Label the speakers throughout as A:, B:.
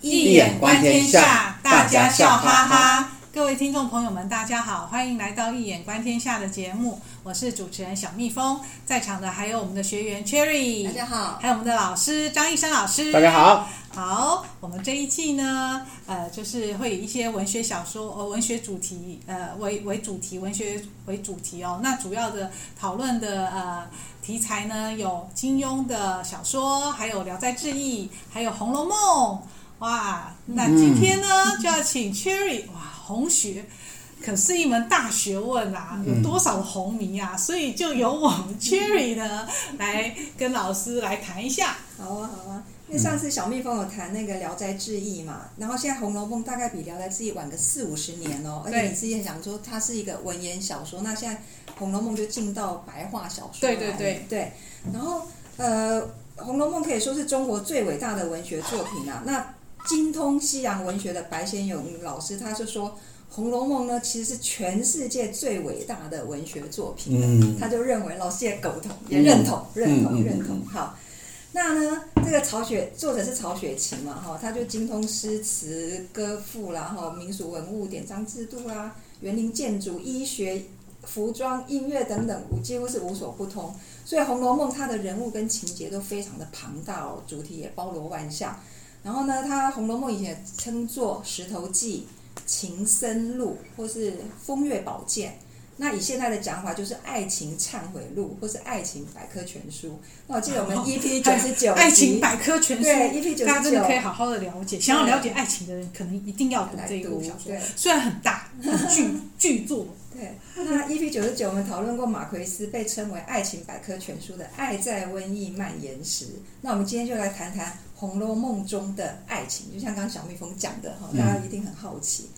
A: 一眼观天下，大家笑哈哈。各位听众朋友们，大家好，欢迎来到《一眼观天下》的节目，我是主持人小蜜蜂，在场的还有我们的学员 Cherry，
B: 大家好，
A: 还有我们的老师张医生老师，
C: 大家。好，
A: 好，我们这一季呢，呃，就是会以一些文学小说、呃，文学主题，呃，为为主题，文学为主题哦。那主要的讨论的呃题材呢，有金庸的小说，还有《聊斋志异》，还有《红楼梦》。哇，那今天呢，就要请 Cherry，哇，红学。可是一门大学问啊，有多少红迷啊？所以就由我们 Cherry 呢来跟老师来谈一下。
B: 好啊，好啊。因为上次小蜜蜂有谈那个《聊斋志异》嘛，然后现在《红楼梦》大概比《聊斋志异》晚个四五十年哦，而
A: 对
B: 且你之前讲说它是一个文言小说，那现在《红楼梦》就进到白话小说
A: 对
B: 来
A: 对
B: 了
A: 对
B: 对。然后呃，《红楼梦》可以说是中国最伟大的文学作品啊。那精通西洋文学的白先勇老师，他就说。《红楼梦》呢，其实是全世界最伟大的文学作品了。
C: 嗯
B: 他就认为老师也苟同，也
C: 嗯
B: 认同，认同，
C: 嗯嗯
B: 认同。好，那呢，这个曹雪作者是曹雪芹嘛，哈、他就精通诗词歌赋啦，哈、民俗文物、典章制度啦、园林建筑、医学、服装、音乐等等，几乎是无所不通。所以《红楼梦》它的人物跟情节都非常的庞大哦，主题也包罗万象。然后呢，它《红楼梦》以前也称作《石头记》《情深录》或是《风月宝鉴》。那以现在的讲法就是《爱情忏悔录》或是《爱情百科全书》。那我记得我们 EP 九十九
A: 哦爱情百科全书，
B: 嗯对 EP 九
A: 大家
B: 十
A: 真的可以
B: 九
A: 好好的了解。想要了解爱情的人，可能一定要读
B: 来
A: 这一部
B: 读
A: 小说
B: 对，
A: 虽然很大，很 巨巨作，
B: 对，那 EP 九十九我们讨论过马奎斯被称为《爱情百科全书》的《爱在瘟疫蔓延时》，那我们今天就来谈谈《红楼梦》中的爱情，就像刚刚小蜜蜂讲的哈，大家一定很好奇。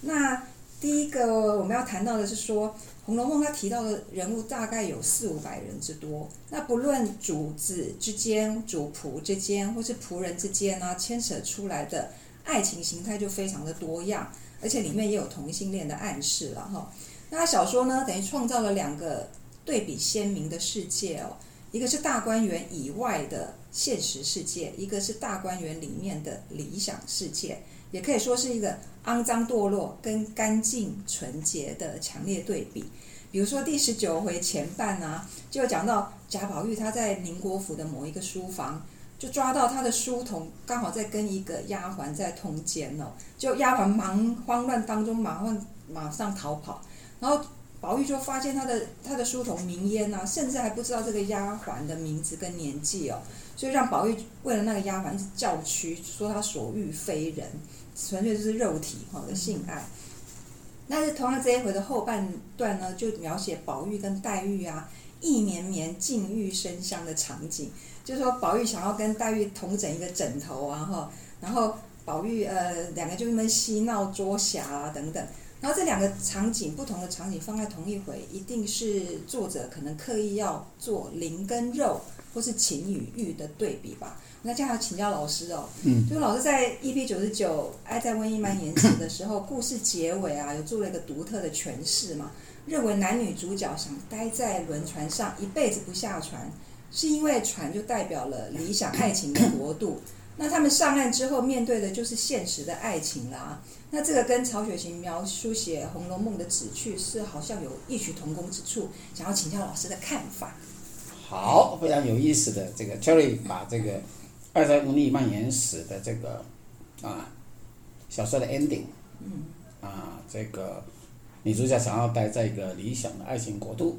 B: 那第一个我们要谈到的是说，《红楼梦》它提到的人物大概有四五百人之多，那不论主子之间、主仆之间，或是仆人之间啊，牵扯出来的爱情形态就非常的多样，而且里面也有同性恋的暗示了哈。那他小说呢，等于创造了两个对比鲜明的世界哦，一个是大观园以外的现实世界，一个是大观园里面的理想世界，也可以说是一个肮脏堕落跟干净纯洁的强烈对比。比如说第十九回前半啊，就有讲到贾宝玉他在宁国府的某一个书房，就抓到他的书童刚好在跟一个丫鬟在通奸哦，就丫鬟忙慌乱当中马上马上逃跑，然后宝玉就发现他的他的书童明烟呐、甚至还不知道这个丫鬟的名字跟年纪哦，所以让宝玉为了那个丫鬟一直叫屈，说他所欲非人，纯粹就是肉体哈的性爱。但是同样这一回的后半段呢，就描写宝玉跟黛玉啊意绵绵、禁欲生香的场景，就是说宝玉想要跟黛玉同枕一个枕头啊哈，然后宝玉呃两个就那么嬉闹捉侠啊等等。然后这两个场景，不同的场景放在同一回，一定是作者可能刻意要做灵跟肉，或是情与欲的对比吧。那这样要请教老师哦，
C: 嗯，
B: 就是老师在 EP 九十九《爱在瘟疫蔓延时》的时候，故事结尾啊，有做了一个独特的诠释嘛，认为男女主角想待在轮船上一辈子不下船，是因为船就代表了理想爱情的国度。那他们上岸之后面对的就是现实的爱情啦、那这个跟曹雪芹描书写《红楼梦》的旨趣是好像有异曲同工之处，想要请教老师的看法。
C: 好，非常有意思的这个 Cherry 把这个《二代无力蔓延史》的这个啊小说的 ending，嗯，啊这个女主角想要待在一个理想的爱情国度，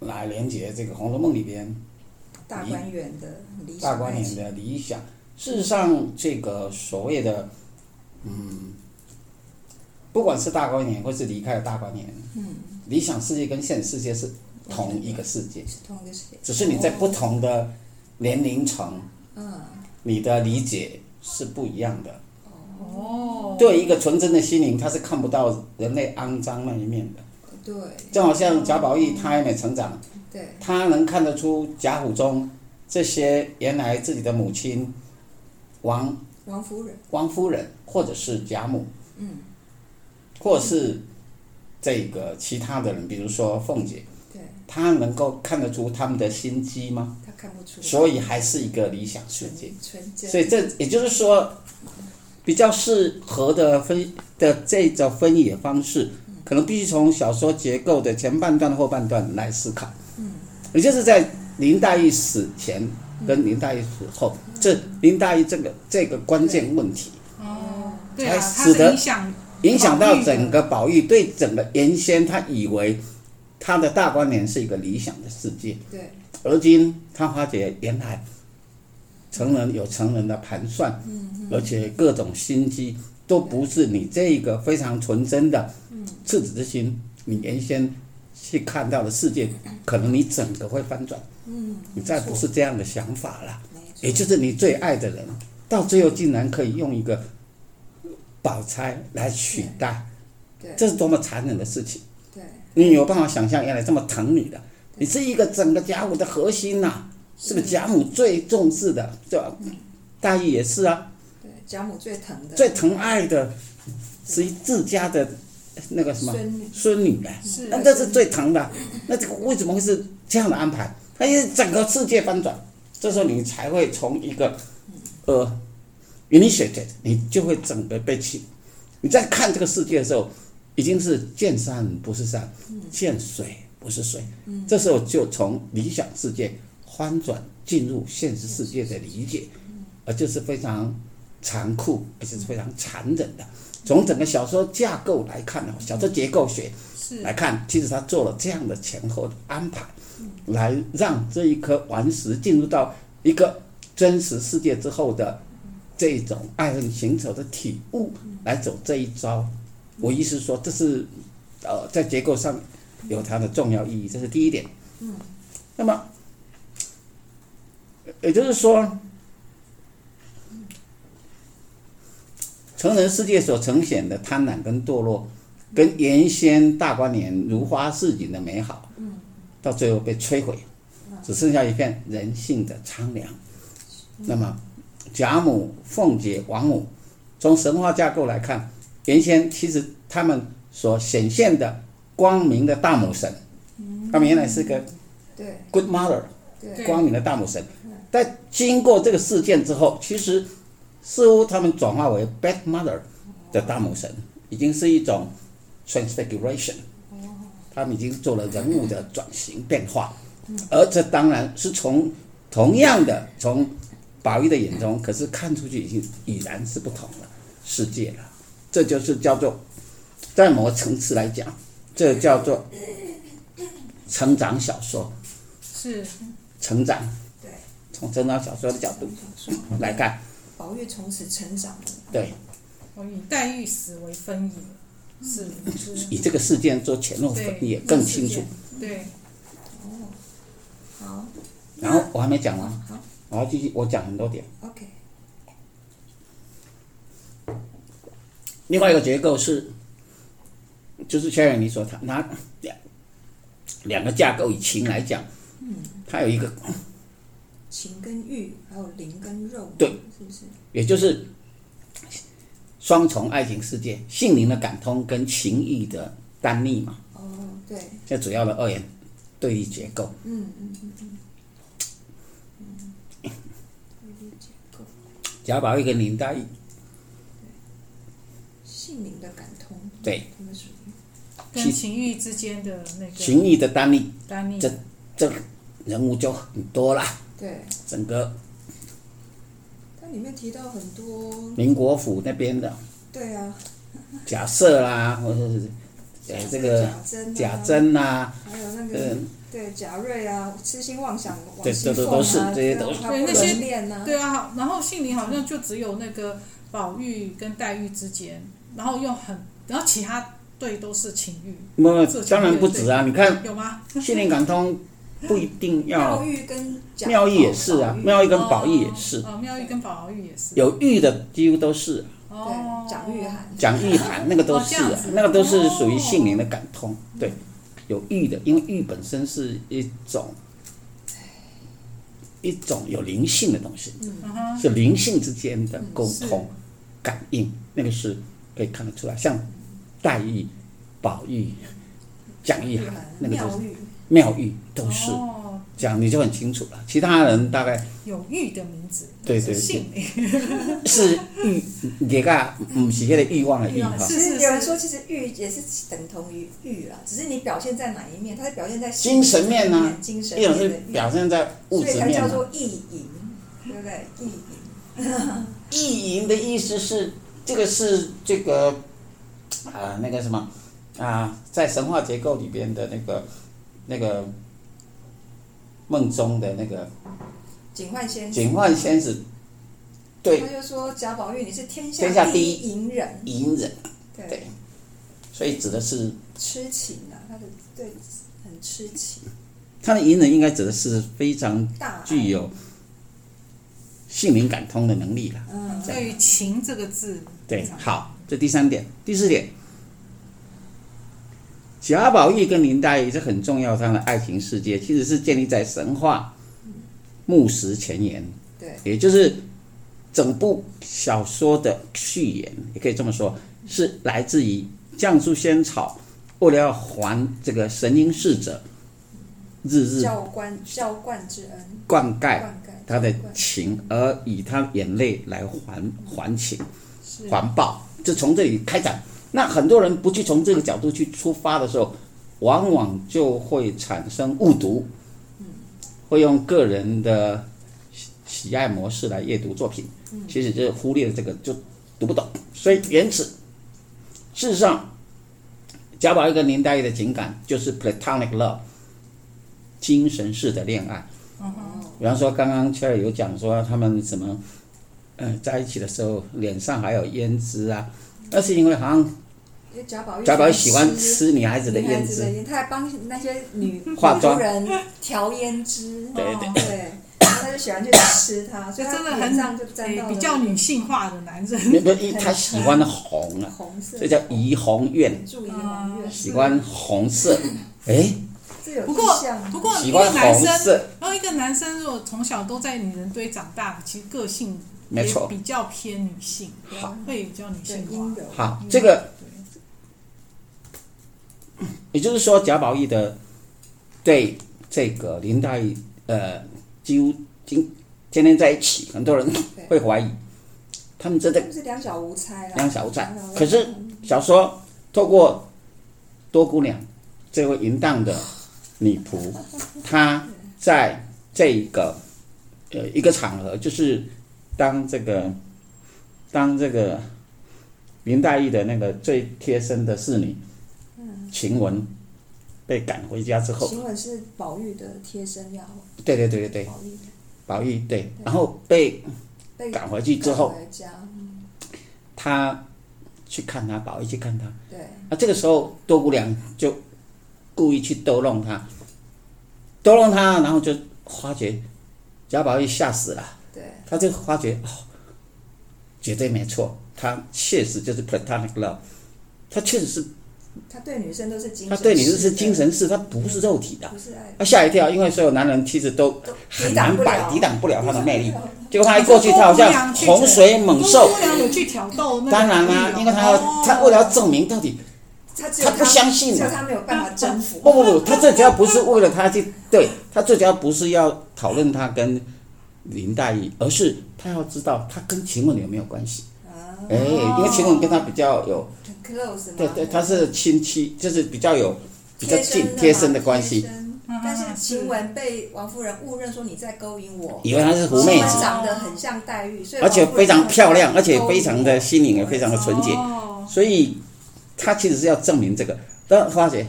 C: 来连接这个《红楼梦》里边
B: 大观园的理
C: 大
B: 想
C: 观
B: 爱
C: 园
B: 情，
C: 的理想。事实上，这个所谓的，嗯，嗯不管是大观园，或是离开了大观园，嗯，理想世界跟现实世界是同一个世界，
B: 是同一个世界，
C: 只是你在不同的年龄层，嗯，你的理解是不一样的。
A: 哦，
C: 对一个纯真的心灵，他是看不到人类肮脏那一面的。
B: 对
C: 就好像贾宝玉，他还没成长，
B: 对
C: 他能看得出贾府中这些原来自己的母亲王
B: 王夫人，
C: 王夫人，或者是贾母，嗯，或是这个其他的人，比如说凤姐，
B: 对
C: 她能够看得出他们的心机吗？
B: 她看不出来，嗯
C: 所以还是一个理想世界。
B: 纯真，
C: 所以这也就是说，比较适合的分的这种分野方式，可能必须从小说结构的前半段、后半段来思考。嗯，也就是在林黛玉死前跟林黛玉死后，这林黛玉这个这个关键问题，
A: 哦，对啊，
C: 才
A: 它
C: 使得
A: 是影响
C: 影响
A: 宝玉
C: 到
A: 的
C: 整个宝玉对整个原先他以为他的大观园是一个理想的世界，
B: 对，
C: 而今他发觉原来成人有成人的盘算，
B: 嗯
C: 而且各种心机都不是你这个非常纯真的赤子之心，你原先去看到的世界，可能你整个会翻转，
B: 嗯
C: 你再不是这样的想法了，也就是你最爱的人，到最后竟然可以用一个宝钗来取代
B: 对，
C: 这是多么残忍的事情。
B: 对，
C: 你有办法想象原来这么疼你的，你是一个整个贾母的核心呐、是不是贾母最重视的，对吧？黛玉也是啊，
B: 对，贾母最疼的，
C: 最疼爱的是自家的那个什么
B: 孙女，
C: 孙女哎，
A: 是
C: 那这是最疼的。那这个为什么会是这样的安排？它因为整个世界翻转，这时候你才会从一个呃云雪的，你就会整个被气。你在看这个世界的时候，已经是见山不是山，见水不是水。这时候就从理想世界翻转进入现实世界的理解，而就是非常残酷，而且是非常残忍的。从整个小说架构来看呢，小说结构学
A: 是
C: 来看，其实他做了这样的前后的安排，来让这一颗顽石进入到一个真实世界之后的这种爱恨情仇的体悟，来走这一招。我意思说，这是呃在结构上有它的重要意义，这是第一点。嗯，那么呃也就是说。成人世界所呈现的贪婪跟堕落，跟原先大观园如花似锦的美好，到最后被摧毁，只剩下一片人性的苍凉。那么，贾母、凤姐、王母，从神话架构来看，原先其实他们所显现的光明的大母神，他们原来是个
B: 对
C: good mother，
B: 对
C: 光明的大母神，在经过这个事件之后，其实似乎他们转化为 bad mother 的大母神，已经是一种 transfiguration，他们已经做了人物的转型变化，而这当然是从同样的从宝玉的眼中，可是看出去已经已然是不同的世界了，这就是叫做在某个层次来讲，这叫做成长小说。
A: 是
C: 成长，
B: 对，
C: 从成长小说的角度来看，
B: 宝玉从此成长了，
C: 对，
A: 我以嗯黛玉死为分野，是灵芝
C: 以这个事件做前后分
A: 对
C: 也更清楚。。
A: 对，
B: 哦好
C: 然后我还没讲完，
B: 好
C: 我要继续，我讲很多点。
B: ，OK，
C: 另外一个结构是，就是确认你所谈，拿两两个架构以情来讲，它有一个，
B: 情跟欲，还有灵跟肉，
C: 对，
B: 是不是？
C: 也就是双重爱情世界，性灵的感通跟情意的单逆嘛。
B: 哦，对，
C: 这主要的二元对立结构。嗯嗯嗯嗯。贾宝玉跟林黛玉，
B: 性灵的感通，
C: 对
B: 他们属于
A: 跟
C: 情
A: 情欲之间的那个
C: 情义的单立
A: 单立，
C: 这这人物就很多啦。
B: 对，
C: 整个
B: 它里面提到很多，
C: 宁国府那边的
B: 对啊，
C: 假设啦，或者是呃这个啊
B: 贾珍、啊
C: 贾，珍啦，
B: 还有那个
C: 嗯，
B: 对贾瑞啊，痴心妄想
C: 对
B: 王熙
C: 这都
B: 凤
C: 都是
B: 啊，
C: 这些都是
B: 还有
A: 对那些
B: 伦恋啊，
A: 对啊。好然后杏林好像就只有那个宝玉跟黛玉之间，然后又很，然后其他对都是情欲，
C: 那当然不止啊。你看
A: 有吗？
C: 心灵感通不一定
B: 妙
C: 要
B: 玉跟贾
C: 妙玉也是啊，
B: 宝玉
C: 妙玉跟宝玉也是
A: 哦，哦妙玉跟宝玉也是。
C: 有玉的几乎都是啊。
A: 哦
B: 对，贾玉涵，
C: 讲意涵那个都是、
A: 哦这
C: 啊
A: 样子，
C: 那个都是属于性灵的感通，对，有欲的，因为欲本身是一种一种有灵性的东西，
A: 嗯哼，
C: 是灵性之间的沟通
A: 是
C: 感应，那个是可以看得出来，像黛玉、宝玉、蒋意
B: 玉
C: 涵
B: 涵，
C: 那个都
B: 妙
C: 是
B: 玉，
C: 妙玉都是，
A: 哦，
C: 讲你就很清楚了。其他人大概
A: 有玉的名字，
C: 对对对
A: 姓名，
C: 是欲，也噶唔是迄个欲望的欲哈。
A: 是
B: 其
A: 是
B: 实
A: 是
B: 有人说，其实欲也是等同于欲啦，只是你表现在哪一面，它是表现在
C: 精神面呢、
B: 呢，精神
C: 一
B: 面
C: 种
B: 的
C: 是
B: 欲，
C: 表现在物
B: 所以
C: 质
B: 才
C: 面啊
B: 叫
C: 嘛。
B: 做意淫，对不对？意淫，
C: 意淫的意思是，这个是这个啊、那个什么啊、在神话结构里边的那个那个梦中的那个
B: 警幻先生，
C: 警幻仙子对
B: 他就说贾宝玉你是天
C: 天下
B: 下
C: 第
B: 第
C: 一
B: 一淫人，
C: 隐忍，
B: 对，
C: 对，所以指的是
B: 痴情啊，他的对很痴情，
C: 他的隐忍应该指的是非常
B: 大爱
C: 具有性灵感通的能力了。
B: 嗯，
A: 对于“情”这个字，
C: 对
A: 非，常
C: 好，这第三点，第四点，贾宝玉跟林黛玉这很重要，他的爱情世界其实是建立在神话木石前言，
B: 对，
C: 也就是整部小说的序言，也可以这么说，是来自于绛珠仙草为了要还这个神瑛侍者日日
B: 教官教官之恩，
C: 灌溉
B: 灌溉
C: 他的
B: 浇灌
C: 情，而以他眼泪来还还情。
A: 是
C: 环保，就从这里开展。那很多人不去从这个角度去出发的时候，往往就会产生误读，会用个人的喜喜爱模式来阅读作品，其实就是忽略了这个，就读不懂。所以原此，事实上，贾宝玉跟林黛玉的情感就是 platonic love，精神式的恋爱。
B: 嗯
C: 比方说，刚刚 Cherry 有讲说他们什么，呃，在一起的时候脸上还有胭脂啊，那是因为好像
B: 因为贾宝玉
C: 贾宝玉喜欢
B: 吃
C: 吃女孩子的
B: 女孩
C: 胭
B: 子
C: 脂
B: 的，胭脂，他还帮那些女
C: 化妆
B: 仆人调胭脂，哦
C: 对对对
B: 对，然后他就喜欢去吃它，所以他
A: 真的很
B: 脸上就沾
A: 诶
B: 到了
A: 比较女性化的男人，
C: 没有，因为他喜欢红啊，
B: 红色，
C: 所以叫怡红院，
B: 注意红
A: 啊
B: 月，
C: 喜欢红色。哎，
B: 这有
A: 不过
B: 印象啊
A: 不过一
C: 喜欢
A: 个男
C: 红
A: 生，
C: 色，
A: 然后一个男生如果从小都在女人堆长大，其实个性
C: 没
A: 也
C: 错。
A: 比较偏女性，
C: 好，
A: 会比较女
B: 对
A: 性
B: 阴
A: 化。
B: 柔，
C: 好，这个也就是说，贾宝玉的对这个林黛玉，呃，几乎今天天在一起，很多人
B: 对
C: 会怀疑，他们真
B: 他
C: 的
B: 们是两小无猜
C: 呃
B: 啦，嗯
C: 两小无猜
B: 两小无猜
C: 可是小说透过多姑娘这位淫荡的女仆，她在这个呃一个场合，就是当这个当这个林黛玉的那个最贴身的侍女晴雯被赶回家之后，
B: 晴雯是宝玉的贴身丫鬟，
C: 对对对对对，
B: 宝玉
C: 宝玉对，然后被
B: 被
C: 赶回去之后
B: 赶，回家，
C: 她去看她，宝玉去看她。
B: 对，
C: 那啊这个时候多姑娘就故意去逗弄他，逗弄他，然后就发觉贾宝玉吓死了，
B: 对，
C: 他就发觉哦，绝对没错，他确实就是 platonic love，他确实是
B: 他对女生都是精神，
C: 他对你这是精，神是，他不是肉体的。
B: 不是爱，
C: 他吓一跳，因为所有男人其实都很难摆抵
B: 抵挡
C: 挡不了他的魅力。结果他一过去，他好
A: 多姑娘
C: 像
A: 去
C: 洪水猛兽
A: 姑。娘有嗯去挑逗那个
C: 当然啦、
A: 女友哦
C: 因为他要他为了要证明到底
B: 他只有
C: 他不相信
B: 只
C: 嘛
B: 有，他没有办法征服。
C: 不不不，他最主要不是为了他去对他最主要不是要讨论他跟林黛玉，而是他要知道他跟晴雯有没有关系。哎，因为晴雯跟他比较有，
B: 很 close 嘛，
C: 对对，他是亲戚，就是比较有比较近
B: 嘛
C: 哦贴身的关系
B: 啊贴，
A: 嗯
B: 身但是晴雯被王夫人误认说你在勾引我，
C: 以为她是啊哦狐
B: 晴
C: 妹
B: 雯
C: 子，
B: 长得很像黛玉，所以
C: 而且
B: 王夫人
C: 非常漂亮，
B: 说
C: 而
B: 你在
C: 且
B: 勾引我
C: 非常的心灵也非常的纯洁，
A: 哦
C: 所以他其实是要证明这个。但发觉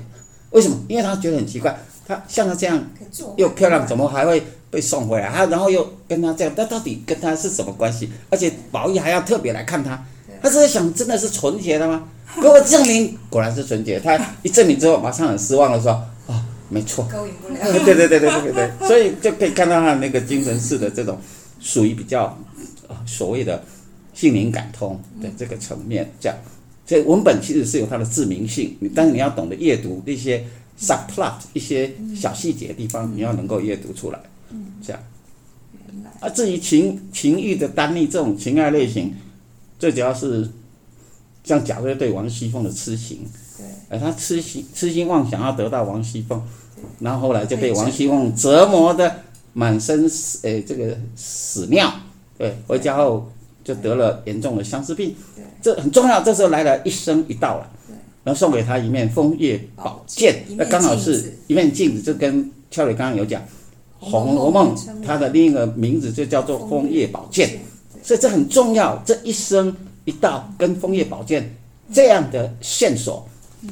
C: 为什么？因为他觉得很奇怪，他像他这样
B: 可以做
C: 又漂亮，怎
B: 么
C: 么还会被送回来？他然后又跟他这样，他到底跟他是什么关系？而且宝玉还要特别来看他，他是在想真的是纯洁的吗？ 给我证明，果然是纯洁。他一证明之后，马上很失望的说：“啊、没错。
B: 勾引不了？
C: 对”对对对对对对对，所以就可以看到他的那个精神式的这种，属于比较呃所谓的心灵感通的这个层面，这样。所以文本其实是有它的致命性，你但是你要懂得阅读那些 subplot 一些小细节的地方，你要能够阅读出来，这样。
B: 原来
C: 啊，至于情情欲的单立这种情爱类型，最主要是像贾瑞对王熙凤的痴情，
B: 对
C: 而他痴情痴心妄想要得到王熙凤，
B: 对，
C: 然后后来就被王熙凤折磨的满身屎，诶、这个屎尿，对，回家后就得了严重的相思病
B: 对，
C: 这很重要。这时候来了一生一道了
B: 对，
C: 然后送给他一面枫叶宝剑
B: 宝剑，
C: 那刚好
B: 一面镜
C: 是
B: 子
C: 一面镜子，就跟俏丽刚刚有讲《红楼梦》，它的另一个名字就叫做《枫叶宝剑》。所以这很重要，这一生一道跟枫叶宝剑这样的线索，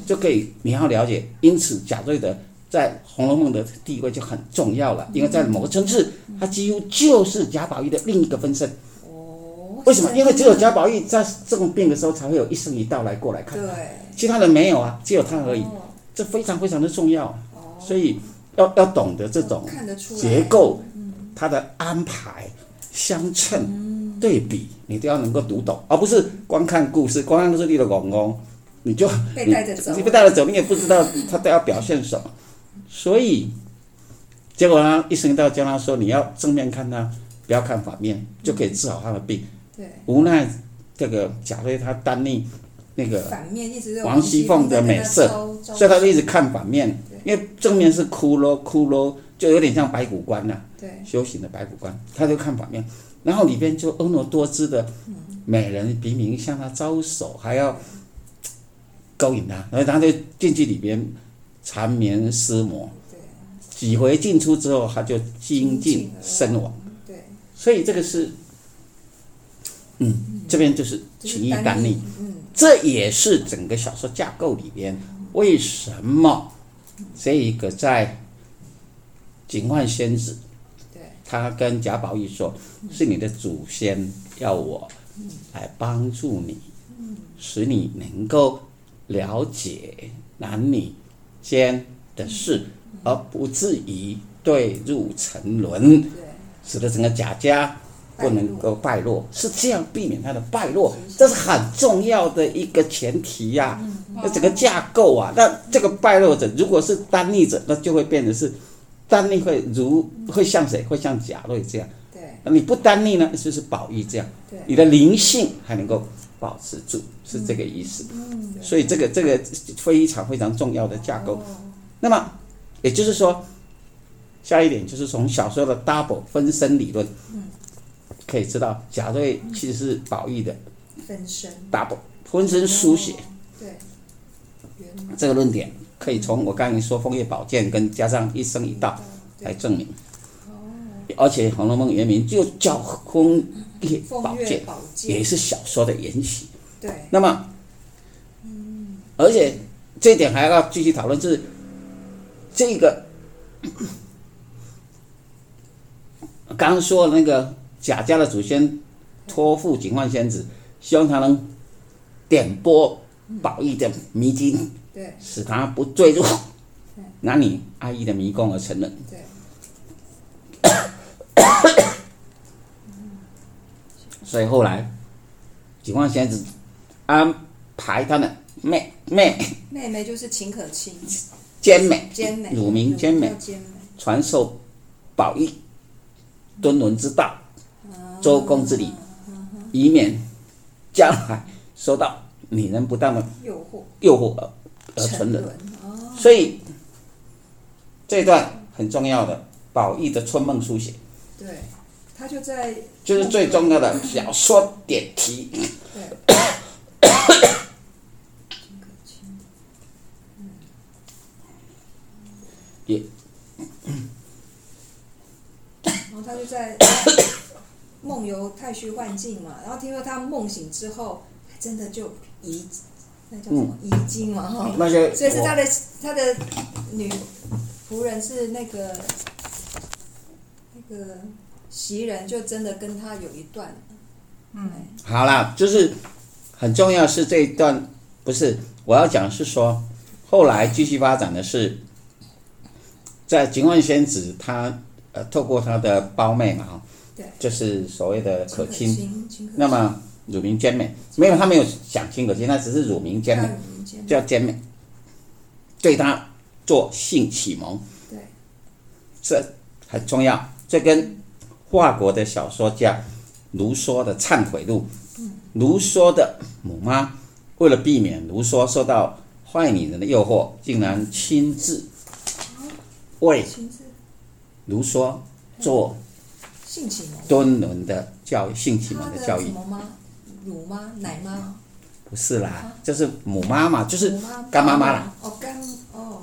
C: 就可以你要了解。因此，贾瑞的在《红楼梦》的地位就很重要
B: 嗯
C: 了，因为在某个层次，他几乎就是贾宝玉的另一个分身。
B: 哦，
C: 为什么？因为只有贾宝玉在重病的时候才会有一生一道来过来看，
B: 对
C: 其他人没有啊，只有他而已。
B: 哦
C: 这非常非常的重要啊，
B: 哦
C: 所以要要懂得这种
B: 看得出来
C: 结构、它的安排、相称、对比，你都要能够读懂，而不是光看故事，光看故事里的广公，你就
B: 被
C: 你
B: 带着走，
C: 你被带着走，你也不知道他都要表现什么，所以结果呢，医生到教他说，你要正面看他，不要看反面，就可以治好他的病。
B: 对
C: 无奈这个贾瑞他单逆那个
B: 反面一直都有
C: 王熙凤的美色
B: 周，周
C: 所以他就一直看反面
B: 对，
C: 因为正面是骷髅，骷髅就有点像白骨观呐、
B: 对
C: 修行的白骨观，他就看反面。然后里边就婀娜多姿的美人鼻明向他招手，还要勾引他，然后他就进去里边缠绵厮磨，
B: 对
C: 几回进出之后，他就精尽身亡。
B: 对，
C: 所以这个是，嗯，这边就是
B: 就是
C: 情义单
B: 一
C: 逆。，
B: 嗯，
C: 这也是整个小说架构里边为什么这一个在警幻仙子，
B: 对嗯
C: 他跟贾宝玉说，是你的祖先要我来帮助你，
B: 嗯
C: 使你能够了解男女间的事，而不至于坠入沉沦，
B: 对，
C: 使得整个贾家不能够败落，是这样避免它的败落，这是很重要的一个前提呀、那整个架构啊，那这个败落者如果是单立者，那就会变成是单立会如会像谁？会像贾瑞这样。
B: 对
C: 那你不单立呢，就是宝玉这样，
B: 对
C: 你的灵性还能够保持住，是这个意思。所以这个这个非常非常重要的架构。那么也就是说，下一点就是从小说的 double 分身理论，可以知道贾瑞其实是宝玉的
B: 分身
C: double 分身书写。
B: 对，原来
C: 这个论点可以从我刚才说枫叶宝剑跟加上一生一道来证明。而且《红楼梦》原名就叫枫叶宝
B: 风月
C: 剑，
B: 宝
C: 也
B: 剑，
C: 是小说的原型。
B: 对
C: 那么，而且这一点还要继续讨论，就是这个 刚刚说的那个贾家的祖先托付警幻仙子，希望他能点拨宝玉的迷津，
B: 对
C: 使他不坠入男女爱意的迷宫而沉沦。
B: 对，
C: 所以后来，警幻仙子安排他的妹妹
B: 妹妹就是秦可卿，
C: 兼美
B: 兼美，
C: 乳名兼美
B: 叫兼美，
C: 传授宝玉敦伦之道、
B: 嗯
C: 周公之礼，以免将来受到女人不当的
B: 诱惑
C: 诱惑而而
B: 沉
C: 沉沦。
B: 沦，哦，
C: 所以这一段很重要的宝玉的春梦书写，
B: 对，他就在
C: 就是最重要的小说点题。
B: 对。秦可卿
C: 也
B: 然后他就在梦游太虚幻境嘛，然后听说他梦醒之后，还真的就遗，那叫什么
C: 嗯
B: 遗精嘛哈，
C: 那些
B: 哦所以是他
C: 我
B: 的他的女仆人是那个那个袭人，就真的跟他有一段，嗯，
C: 好啦，就是很重要是这一段，不是我要讲是说，后来继续发展的是，在警幻仙子她呃透过她的胞妹嘛哈，
B: 对
C: 就是所谓的可亲，
B: 亲，秦可
C: 那么乳名兼美，没有她没有讲亲可亲，她只是乳名兼美
B: 让人间
C: 叫兼美，对她做性启蒙，
B: 对
C: 这很重要，这跟法国的小说家卢梭的《忏悔录》，卢梭的母妈为了避免卢梭受到坏女人的诱惑，竟然亲自为
B: 亲自
C: 卢梭做
B: 性启蒙，
C: 敦伦的教性启蒙
B: 他
C: 的教
B: 什
C: 育，
B: 么妈、乳妈、奶妈、
C: 不是啦，就是母妈嘛，就是
B: 母妈、
C: 干妈妈啦，
B: 哦干哦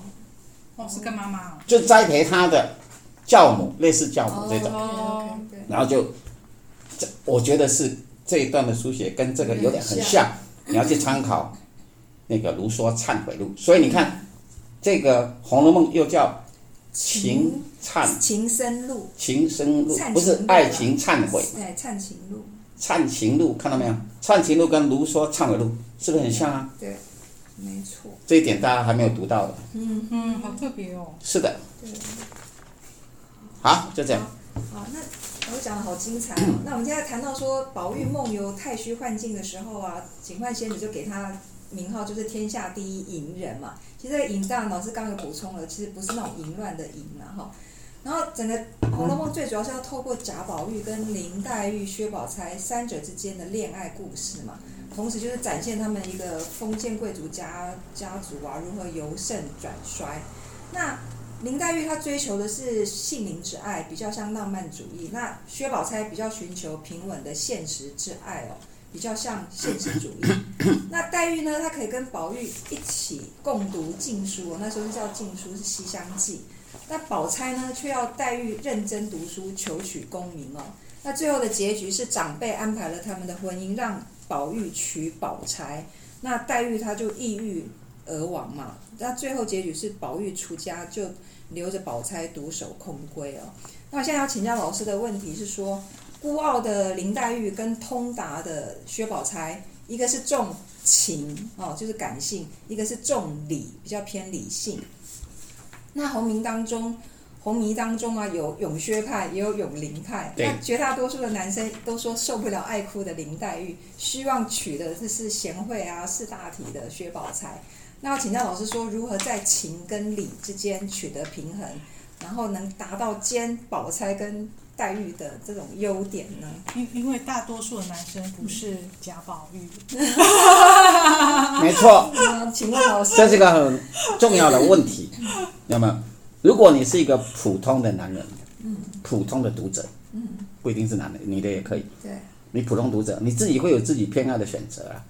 A: 哦，是跟妈妈哦。
C: 就栽培他的教母，类似教母这种，
B: 哦，OK，OK，对，
C: 然后就这，我觉得是这一段的书写跟这个有点很
B: 很
C: 像
B: 像，
C: 你要去参考那个卢梭《忏悔录》，所以你看这个《红楼梦》又叫情忏
B: 情深路，
C: 情深路
B: 嗯忏情，
C: 不是
B: 录啊
C: 爱情忏悔，
B: 哎，忏情路，
C: 忏情录看到没有？忏情录跟卢梭《忏悔录》是不是很像啊？
B: 对，没错，
C: 这一点大家还没有读到的。
A: 嗯，好特别哦。
C: 是的，
B: 对。
C: 好，就这样。
B: 好，那我讲的好精彩哦。那我们现在谈到说宝玉梦游太虚幻境的时候啊，警幻仙女就给他名号就是天下第一淫人嘛。其实这个淫，当然老师刚刚有补充了，其实不是那种淫乱的淫啦哈。然后整个《红楼梦》最主要是要透过贾宝玉跟林黛玉、薛宝钗三者之间的恋爱故事嘛，同时就是展现他们一个封建贵族家家族啊如何由盛转衰。那林黛玉她追求的是性灵之爱，比较像浪漫主义；那薛宝钗比较寻求平稳的现实之爱哦，比较像现实主义。那黛玉呢，她可以跟宝玉一起共读禁书、哦，那时候是叫禁书，是《西厢记》。那宝钗呢，却要黛玉认真读书，求取功名哦。那最后的结局是长辈安排了他们的婚姻，让宝玉娶宝钗。那黛玉她就抑郁而亡嘛。那最后结局是宝玉出家，就留着宝钗独守空闺哦。那我现在要请教老师的问题是说，孤傲的林黛玉跟通达的薛宝钗，一个是重情哦，就是感性；一个是重理，比较偏理性。那红明当中，红迷当中啊，有咏薛派，也有咏林派。
C: 对
B: 那绝大多数的男生都说受不了爱哭的林黛玉，希望娶的就是贤惠啊、识大体的薛宝钗。那要请教老师说，如何在情跟理之间取得平衡，然后能达到兼宝钗跟黛玉的这种优点呢？
A: 因因为大多数的男生不是贾宝玉，
C: 没错，
B: 那嗯请问老师，
C: 这是个很重要的问题。那么，如果你是一个普通的男人，普通的读者，不一定是男的，女的也可以。
B: 嗯对
C: 你普通读者，你自己会有自己偏爱的选择啊。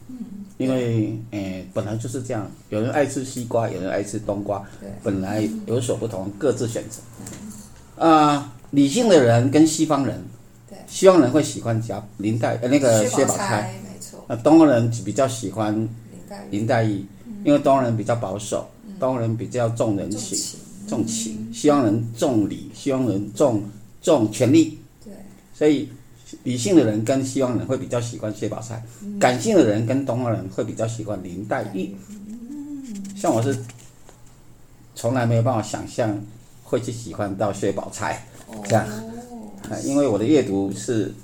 C: 因为，诶、本来就是这样，有人爱吃西瓜，有人爱吃冬瓜，
B: 对
C: 本来有所不同，各自选择。啊、理性的人跟西方人
B: 对，
C: 西方人会喜欢贾林黛呃那个薛
B: 薛
C: 宝钗，
B: 钗没错，
C: 那东方人比较喜欢
B: 林黛玉
C: 林黛玉，因为东方人比较保守，东方人比较重人
B: 重
C: 情、
B: 情，
C: 重情，西方人重理，西方人重重权力，
B: 对
C: 所以理性的人跟西方人会比较喜欢薛宝钗，感性的人跟东方人会比较喜欢林黛玉。像我是从来没有办法想象会去喜欢到薛宝钗，这样
B: 哦，
C: 啊因为我的阅读是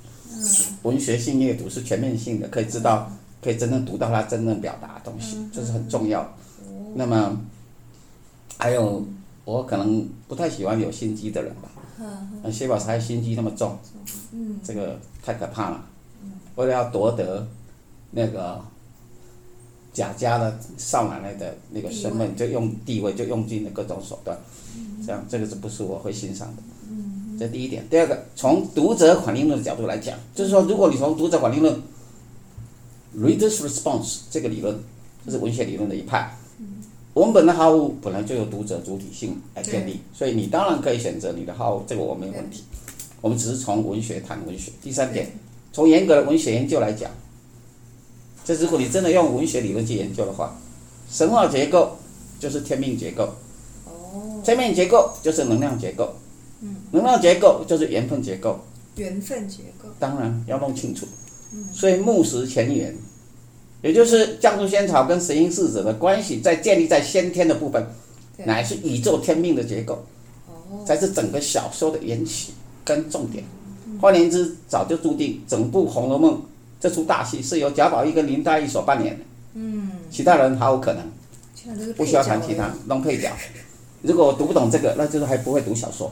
C: 文学性阅读，是全面性的，可以知道，可以真正读到他真正表达的东西，这是很重要的。那么，还有我可能不太喜欢有心机的人吧。那薛宝钗心机那么重，这个太可怕了。为了要夺得那个贾家的少奶奶的那个身份，就用地位，就用尽了各种手段。这样，这个是不是我会欣赏的？这第一点。第二个，从读者反应论的角度来讲，就是说，如果你从读者反应论 （readers response） 这个理论，这是文学理论的一派。文本的好恶本来就由读者主体性来建立，所以你当然可以选择你的好恶，这个我没有问题。我们只是从文学谈文学。第三点，从严格的文学研究来讲，这如果你真的用文学理论去研究的话，神话结构就是天命结构，
B: 哦，
C: 天命结构就是能量结构，
B: 嗯
C: 能量结构就是缘分结构，
B: 缘分结构，
C: 当然要弄清楚。
B: 嗯
C: 所以木石前缘，也就是绛珠仙草跟神瑛侍者的关系，在建立在先天的部分，
B: 对
C: 乃是宇宙天命的结构，
B: 哦，
C: 才是整个小说的缘起跟重点。
B: 嗯
C: 换言之，早就注定整部《红楼梦》这出大戏是由贾宝玉跟林黛玉所扮演的，嗯，其他人毫无可能。
B: 现在都是
C: 不
B: 配
C: 需要
B: 角
C: 谈其他
B: 了，
C: 弄配角。如果我读不懂这个，那就是还不会读小说。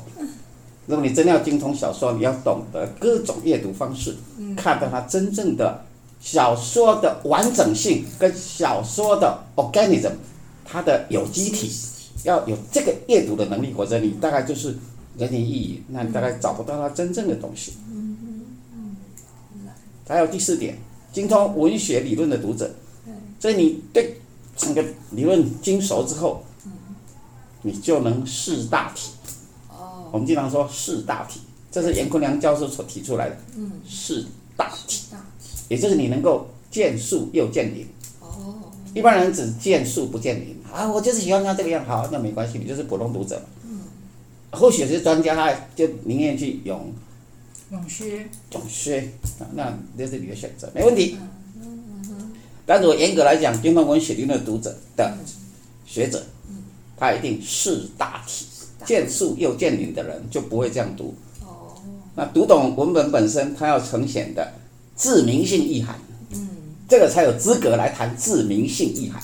C: 如果你真的要精通小说，你要懂得各种阅读方式，看到它真正的小说的完整性跟小说的 organism，它的有机体，要有这个阅读的能力，或者你大概就是人云亦云，那你大概找不到它真正的东西。还有第四点，精通文学理论的读者，所以你对整个理论精熟之后，你就能识大体。
B: 哦，
C: 我们经常说识大体，这是严坤良教授所提出来的
B: 嗯，
C: 识大体，
B: 是大体，
C: 也就是你能够见树又见林。
B: 哦，
C: 一般人只见树不见林啊，我就是喜欢他这个样，好，那没关系，你就是普通读者嘛。
B: 嗯
C: 或许是专家，他就宁愿去咏
A: 永续
C: 总学啊，那这是你的选择，没问题。但如果严格来讲，精通文学理论的读者的学者，他一定是大体，见树又见林的人就不会这样读。那读懂文本本身，它要呈现的自明性意涵，这个才有资格来谈自明性意涵，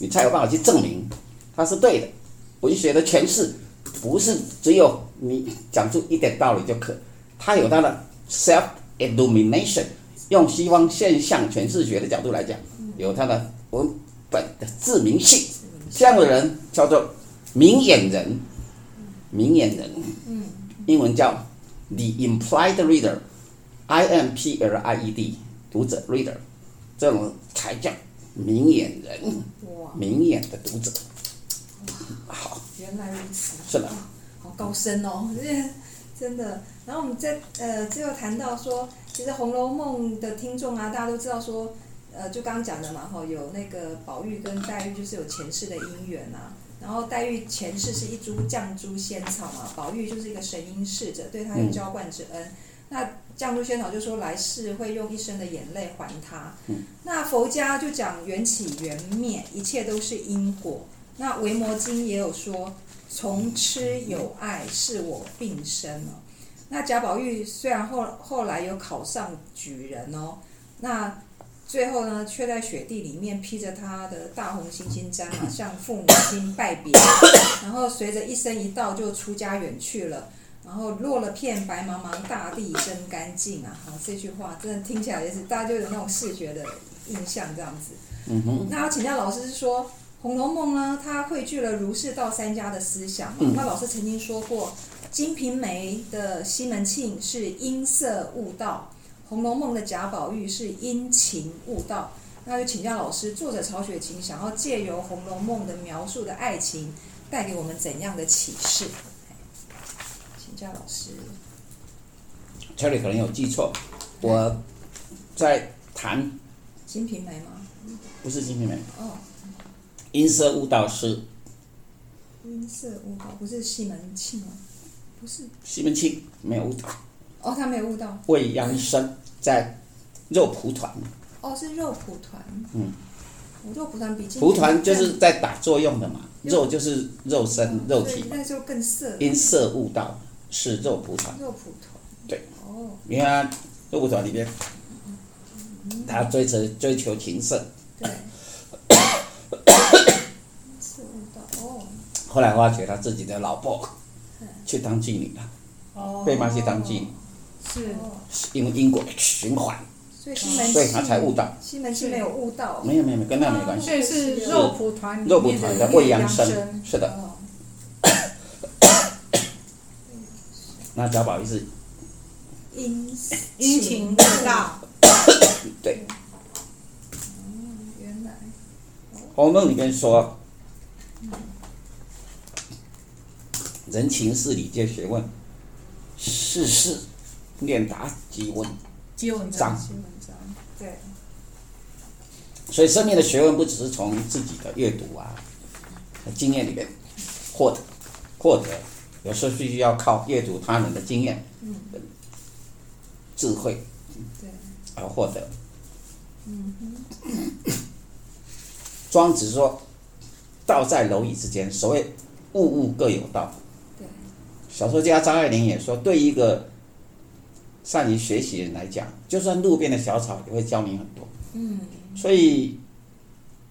C: 你才有办法去证明它是对的。文学的诠释不是只有你讲出一点道理就可，它有它的 self illumination，用西方现象诠释学的角度来讲，有它的文本的嗯自明性，这样的人叫做明眼人，嗯明眼人，英文叫 the implied reader，I M P L I E D，读者 reader，这种才叫明眼人，
B: 哇，
C: 明眼的读者。好，
B: 原来如此，哦
C: 是的。
B: 好高深哦， 真的。然后我们在呃，最后谈到说，其实《红楼梦》的听众啊，大家都知道说，呃，就刚刚讲的嘛，哈，有那个宝玉跟黛玉就是有前世的姻缘啊。然后黛玉前世是一株绛珠仙草嘛，宝玉就是一个神瑛侍者，对他有浇灌之恩。那绛珠仙草就说来世会用一生的眼泪还他。那佛家就讲缘起缘灭，一切都是因果。那《维摩经》也有说，从痴有爱是我病身哦。那贾宝玉虽然后后来有考上举人哦，那最后呢，却在雪地里面披着他的大红猩猩毡嘛，向父母亲拜别，然后随着一生一道就出家远去了。然后落了片白茫茫大地真干净啊！哈，这句话真的听起来也是大家就有那种视觉的印象这样子。
C: 嗯哼，
B: 那要请教老师是说，《红楼梦》呢，它汇聚了儒释道三家的思想嘛。那老师曾经说过，《金瓶梅》的西门庆是因色悟道，《红楼梦》的贾宝玉是因情悟道。那就请教老师，作者曹雪芹想要借由《红楼梦》的描述的爱情，带给我们怎样的启示？请教老师。
C: ，Cherry 可能有记错，我在谈
B: 《金瓶梅》吗？
C: 不是《金瓶梅》，
B: 哦，
C: 音色悟道师
B: 因色悟道不是西门庆吗？不是，
C: 西门庆没有悟道，
B: 哦，他没有悟道。
C: 未央生在肉蒲团，
B: 哦，是肉蒲团。哦
C: 嗯，
B: 肉蒲团比金
C: 蒲团就是在打作用的嘛，肉就是肉身肉体嘛，
B: 那就更色。
C: 音色悟道是肉蒲团。
B: 肉蒲团。
C: 对。
B: 哦，
C: 你看肉蒲团里面，他追求追求情色，
B: 对。是悟道哦，
C: 后来发觉他自己的老婆去当妓女了，
A: 哦
C: 被骂去当妓女，
A: 是
B: 哦，
C: 因为因果循环，
B: 所以西门庆，
C: 所以他才悟道。
B: 西门庆没有悟道。
C: 没有没有，没有跟那没关系。
A: 所以是肉蒲团里
C: 肉蒲
A: 哦面
C: 团
A: 的
C: 的未央
A: 央
C: 生，是的。
B: 哦，
C: 那贾宝玉是
B: 殷
A: 殷勤悟道，
C: 对《
B: 原来
C: 红楼梦》里面说，人情是礼皆学问，世事练达即文。
A: 接文章
C: 长，
B: 西门章对，
C: 所以生命的学问不只是从自己的阅读啊、经验里面获得，获得，有时候必须要靠阅读他人的经验、
B: 嗯
C: 智慧
B: 对，
C: 而获得。庄子说：“道在蝼蚁之间，所谓物物各有道。”
B: 对。
C: 小说家张爱玲也说，对一个善于学习的人来讲，就算路边的小草也会教你很多。
B: 嗯，
C: 所以，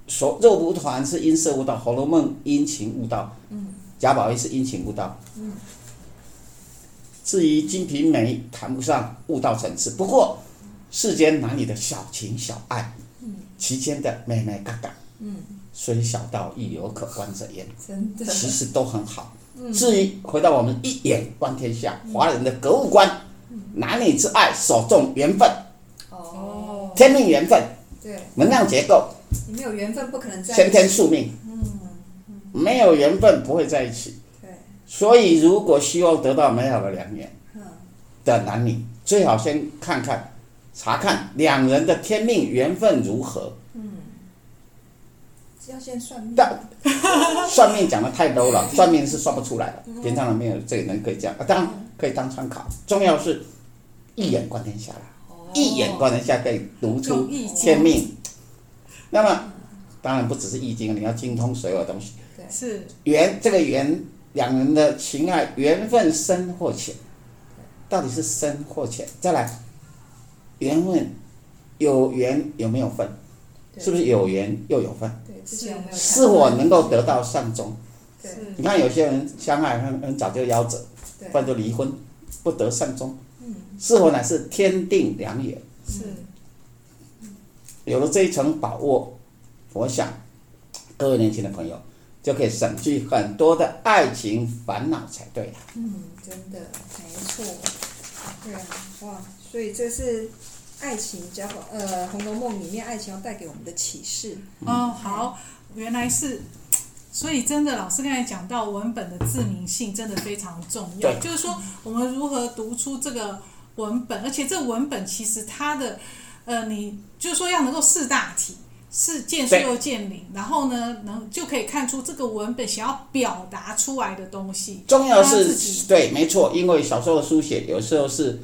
C: 所肉蒲团是因色悟道，《红楼梦》因情悟道，
B: 嗯，
C: 贾宝玉是因情悟道，嗯。至于《金瓶梅》，谈不上悟道层次，不过世间男女的小情小爱，嗯，其间的美美嘎嘎，嗯，嗯，虽小道亦有可观者焉，
B: 真的，
C: 其实都很好。
B: 嗯
C: 至于回到我们一眼观天下，华人的格物观，男女之爱，首重缘分，
B: 哦，
C: 天命缘分，
B: 对，
C: 能量结构，
B: 你没有缘分不可能在一起嗯
C: 先天宿命。没有缘分不会在一起，
B: 对，
C: 所以如果希望得到美好的良缘
B: 嗯，
C: 的男女，最好先看看、查看两人的天命缘分如何。
B: 要先算命，
C: 但算命讲的太 low 了，算命是算不出来的。平常人没有这个人可以这样，啊当然可以当参考。重要是一眼观天下啦，一眼观天下可以读出
A: 用易
C: 天
A: 经
C: 命。那么当然不只是易经，你要精通所有的东西。
A: 是
C: 缘这个缘，两人的情爱缘分深或浅，到底是深或浅？再来，缘分有缘有没有分？
B: 对
C: 是不是有缘又有分？
B: 对，之前有没有
C: 是我能够得到善终。
B: 对
A: 是
C: 你看有些人相爱很很早就夭折，
B: 对嗯
C: 不然就离婚，不得善终。是否乃是天定良缘？
A: 是
C: 有了这一层把握，我想各位年轻的朋友就可以省去很多的爱情烦恼才对了。
B: 嗯，真的没错，对啊，哇，所以这是爱情加宝呃《红楼梦》里面爱情要带给我们的启示，
A: 哦，好，原来是。所以真的，老师刚才讲到文本的自明性真的非常重要，
C: 对
A: 就是说我们如何读出这个文本，而且这文本其实它的，呃，你就是说要能够四大体，是见树
C: 对
A: 又见林，然后呢，能就可以看出这个文本想要表达出来的东西。
C: 重要
A: 他自己
C: 是对，没错，因为小时候的书写有时候是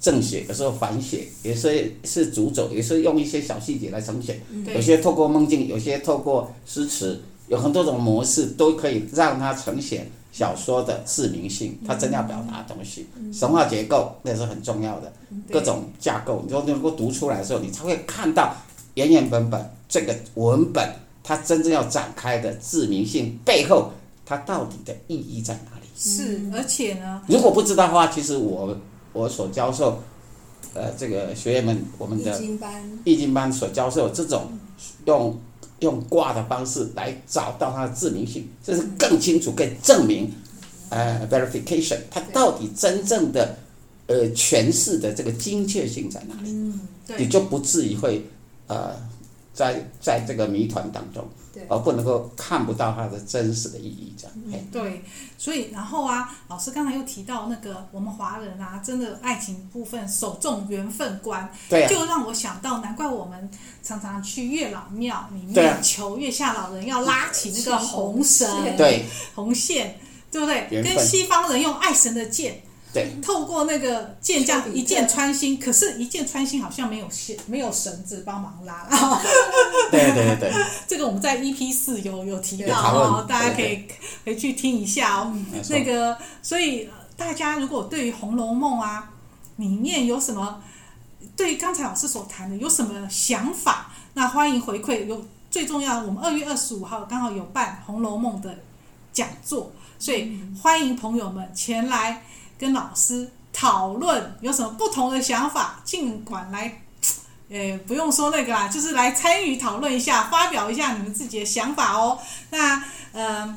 C: 正写，有时候反写，有时候是主轴，有时候用一些小细节来呈现，有
A: 对，
C: 些透过梦境，有些透过诗词，有很多种模式都可以让它呈现小说的市民性，它真要表达的东西，神话结构那是很重要的，各种架构，你就能够读出来的时候，你才会看到原原本本这个文本它真正要展开的市民性背后，它到底的意义在哪里？
A: 是，而且呢，
C: 如果不知道的话，其实我我所教授，呃，这个学员们，我们
B: 易
C: 的
B: 经班，
C: 易经班所教授这种用用卦的方式来找到它的致命性，这是更清楚、更证明，呃，verification 它到底真正的呃诠释的这个精确性在哪里，你
A: 嗯对，
C: 就不至于会呃在在这个谜团当中
B: 对，
C: 而不能够看不到它的真实的意义这样。
A: 嗯
C: 哎嘿
A: 对，所以然后啊，老师刚才又提到那个我们华人啊，真的爱情部分首重缘分观，
C: 对啊，
A: 就让我想到，难怪我们常常去月老庙里
C: 对啊
A: 面求月下老人要拉起那个红
B: 是
A: 绳、
C: 对
A: 红线，对不对？
C: 缘分
A: 跟西方人用爱神的剑，
C: 对。
A: 透过那个剑这
B: 丘
A: 样
B: 比特
A: 一箭穿心，可是，一箭穿心好像没有线，没有绳子帮忙拉。 哦
C: 对对对，
A: 这个我们在 EP 四有有提
C: 有
A: 到
C: 讨论
A: 哦，大家可
C: 对
A: 以回去听一下哦。
C: 没 错
A: 那个，所以呃大家如果对于《红楼梦》啊里面有什么，对于刚才老师所谈的有什么想法，那欢迎回馈。有最重要，我们二月二十五号刚好有办《红楼梦》的讲座，所以
C: 嗯
A: 欢迎朋友们前来跟老师讨论，有什么不同的想法，尽管来。呃，不用说那个啦，就是来参与讨论一下，发表一下你们自己的想法哦。那呃，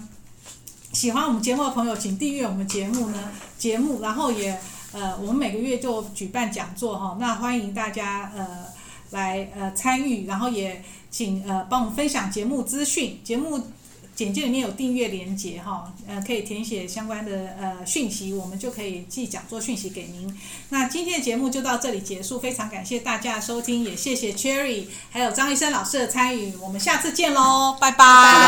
A: 喜欢我们节目的朋友，请订阅我们节目呢节目，然后也呃，我们每个月就举办讲座哈、那欢迎大家呃来呃参与，然后也请呃帮我们分享节目资讯，节目简介里面有订阅连接哈、呃可以填写相关的呃讯息，我们就可以寄讲座讯息给您。那今天的节目就到这里结束，非常感谢大家的收听，也谢谢 Cherry 还有张医生老师的参与，我们下次见喽，拜拜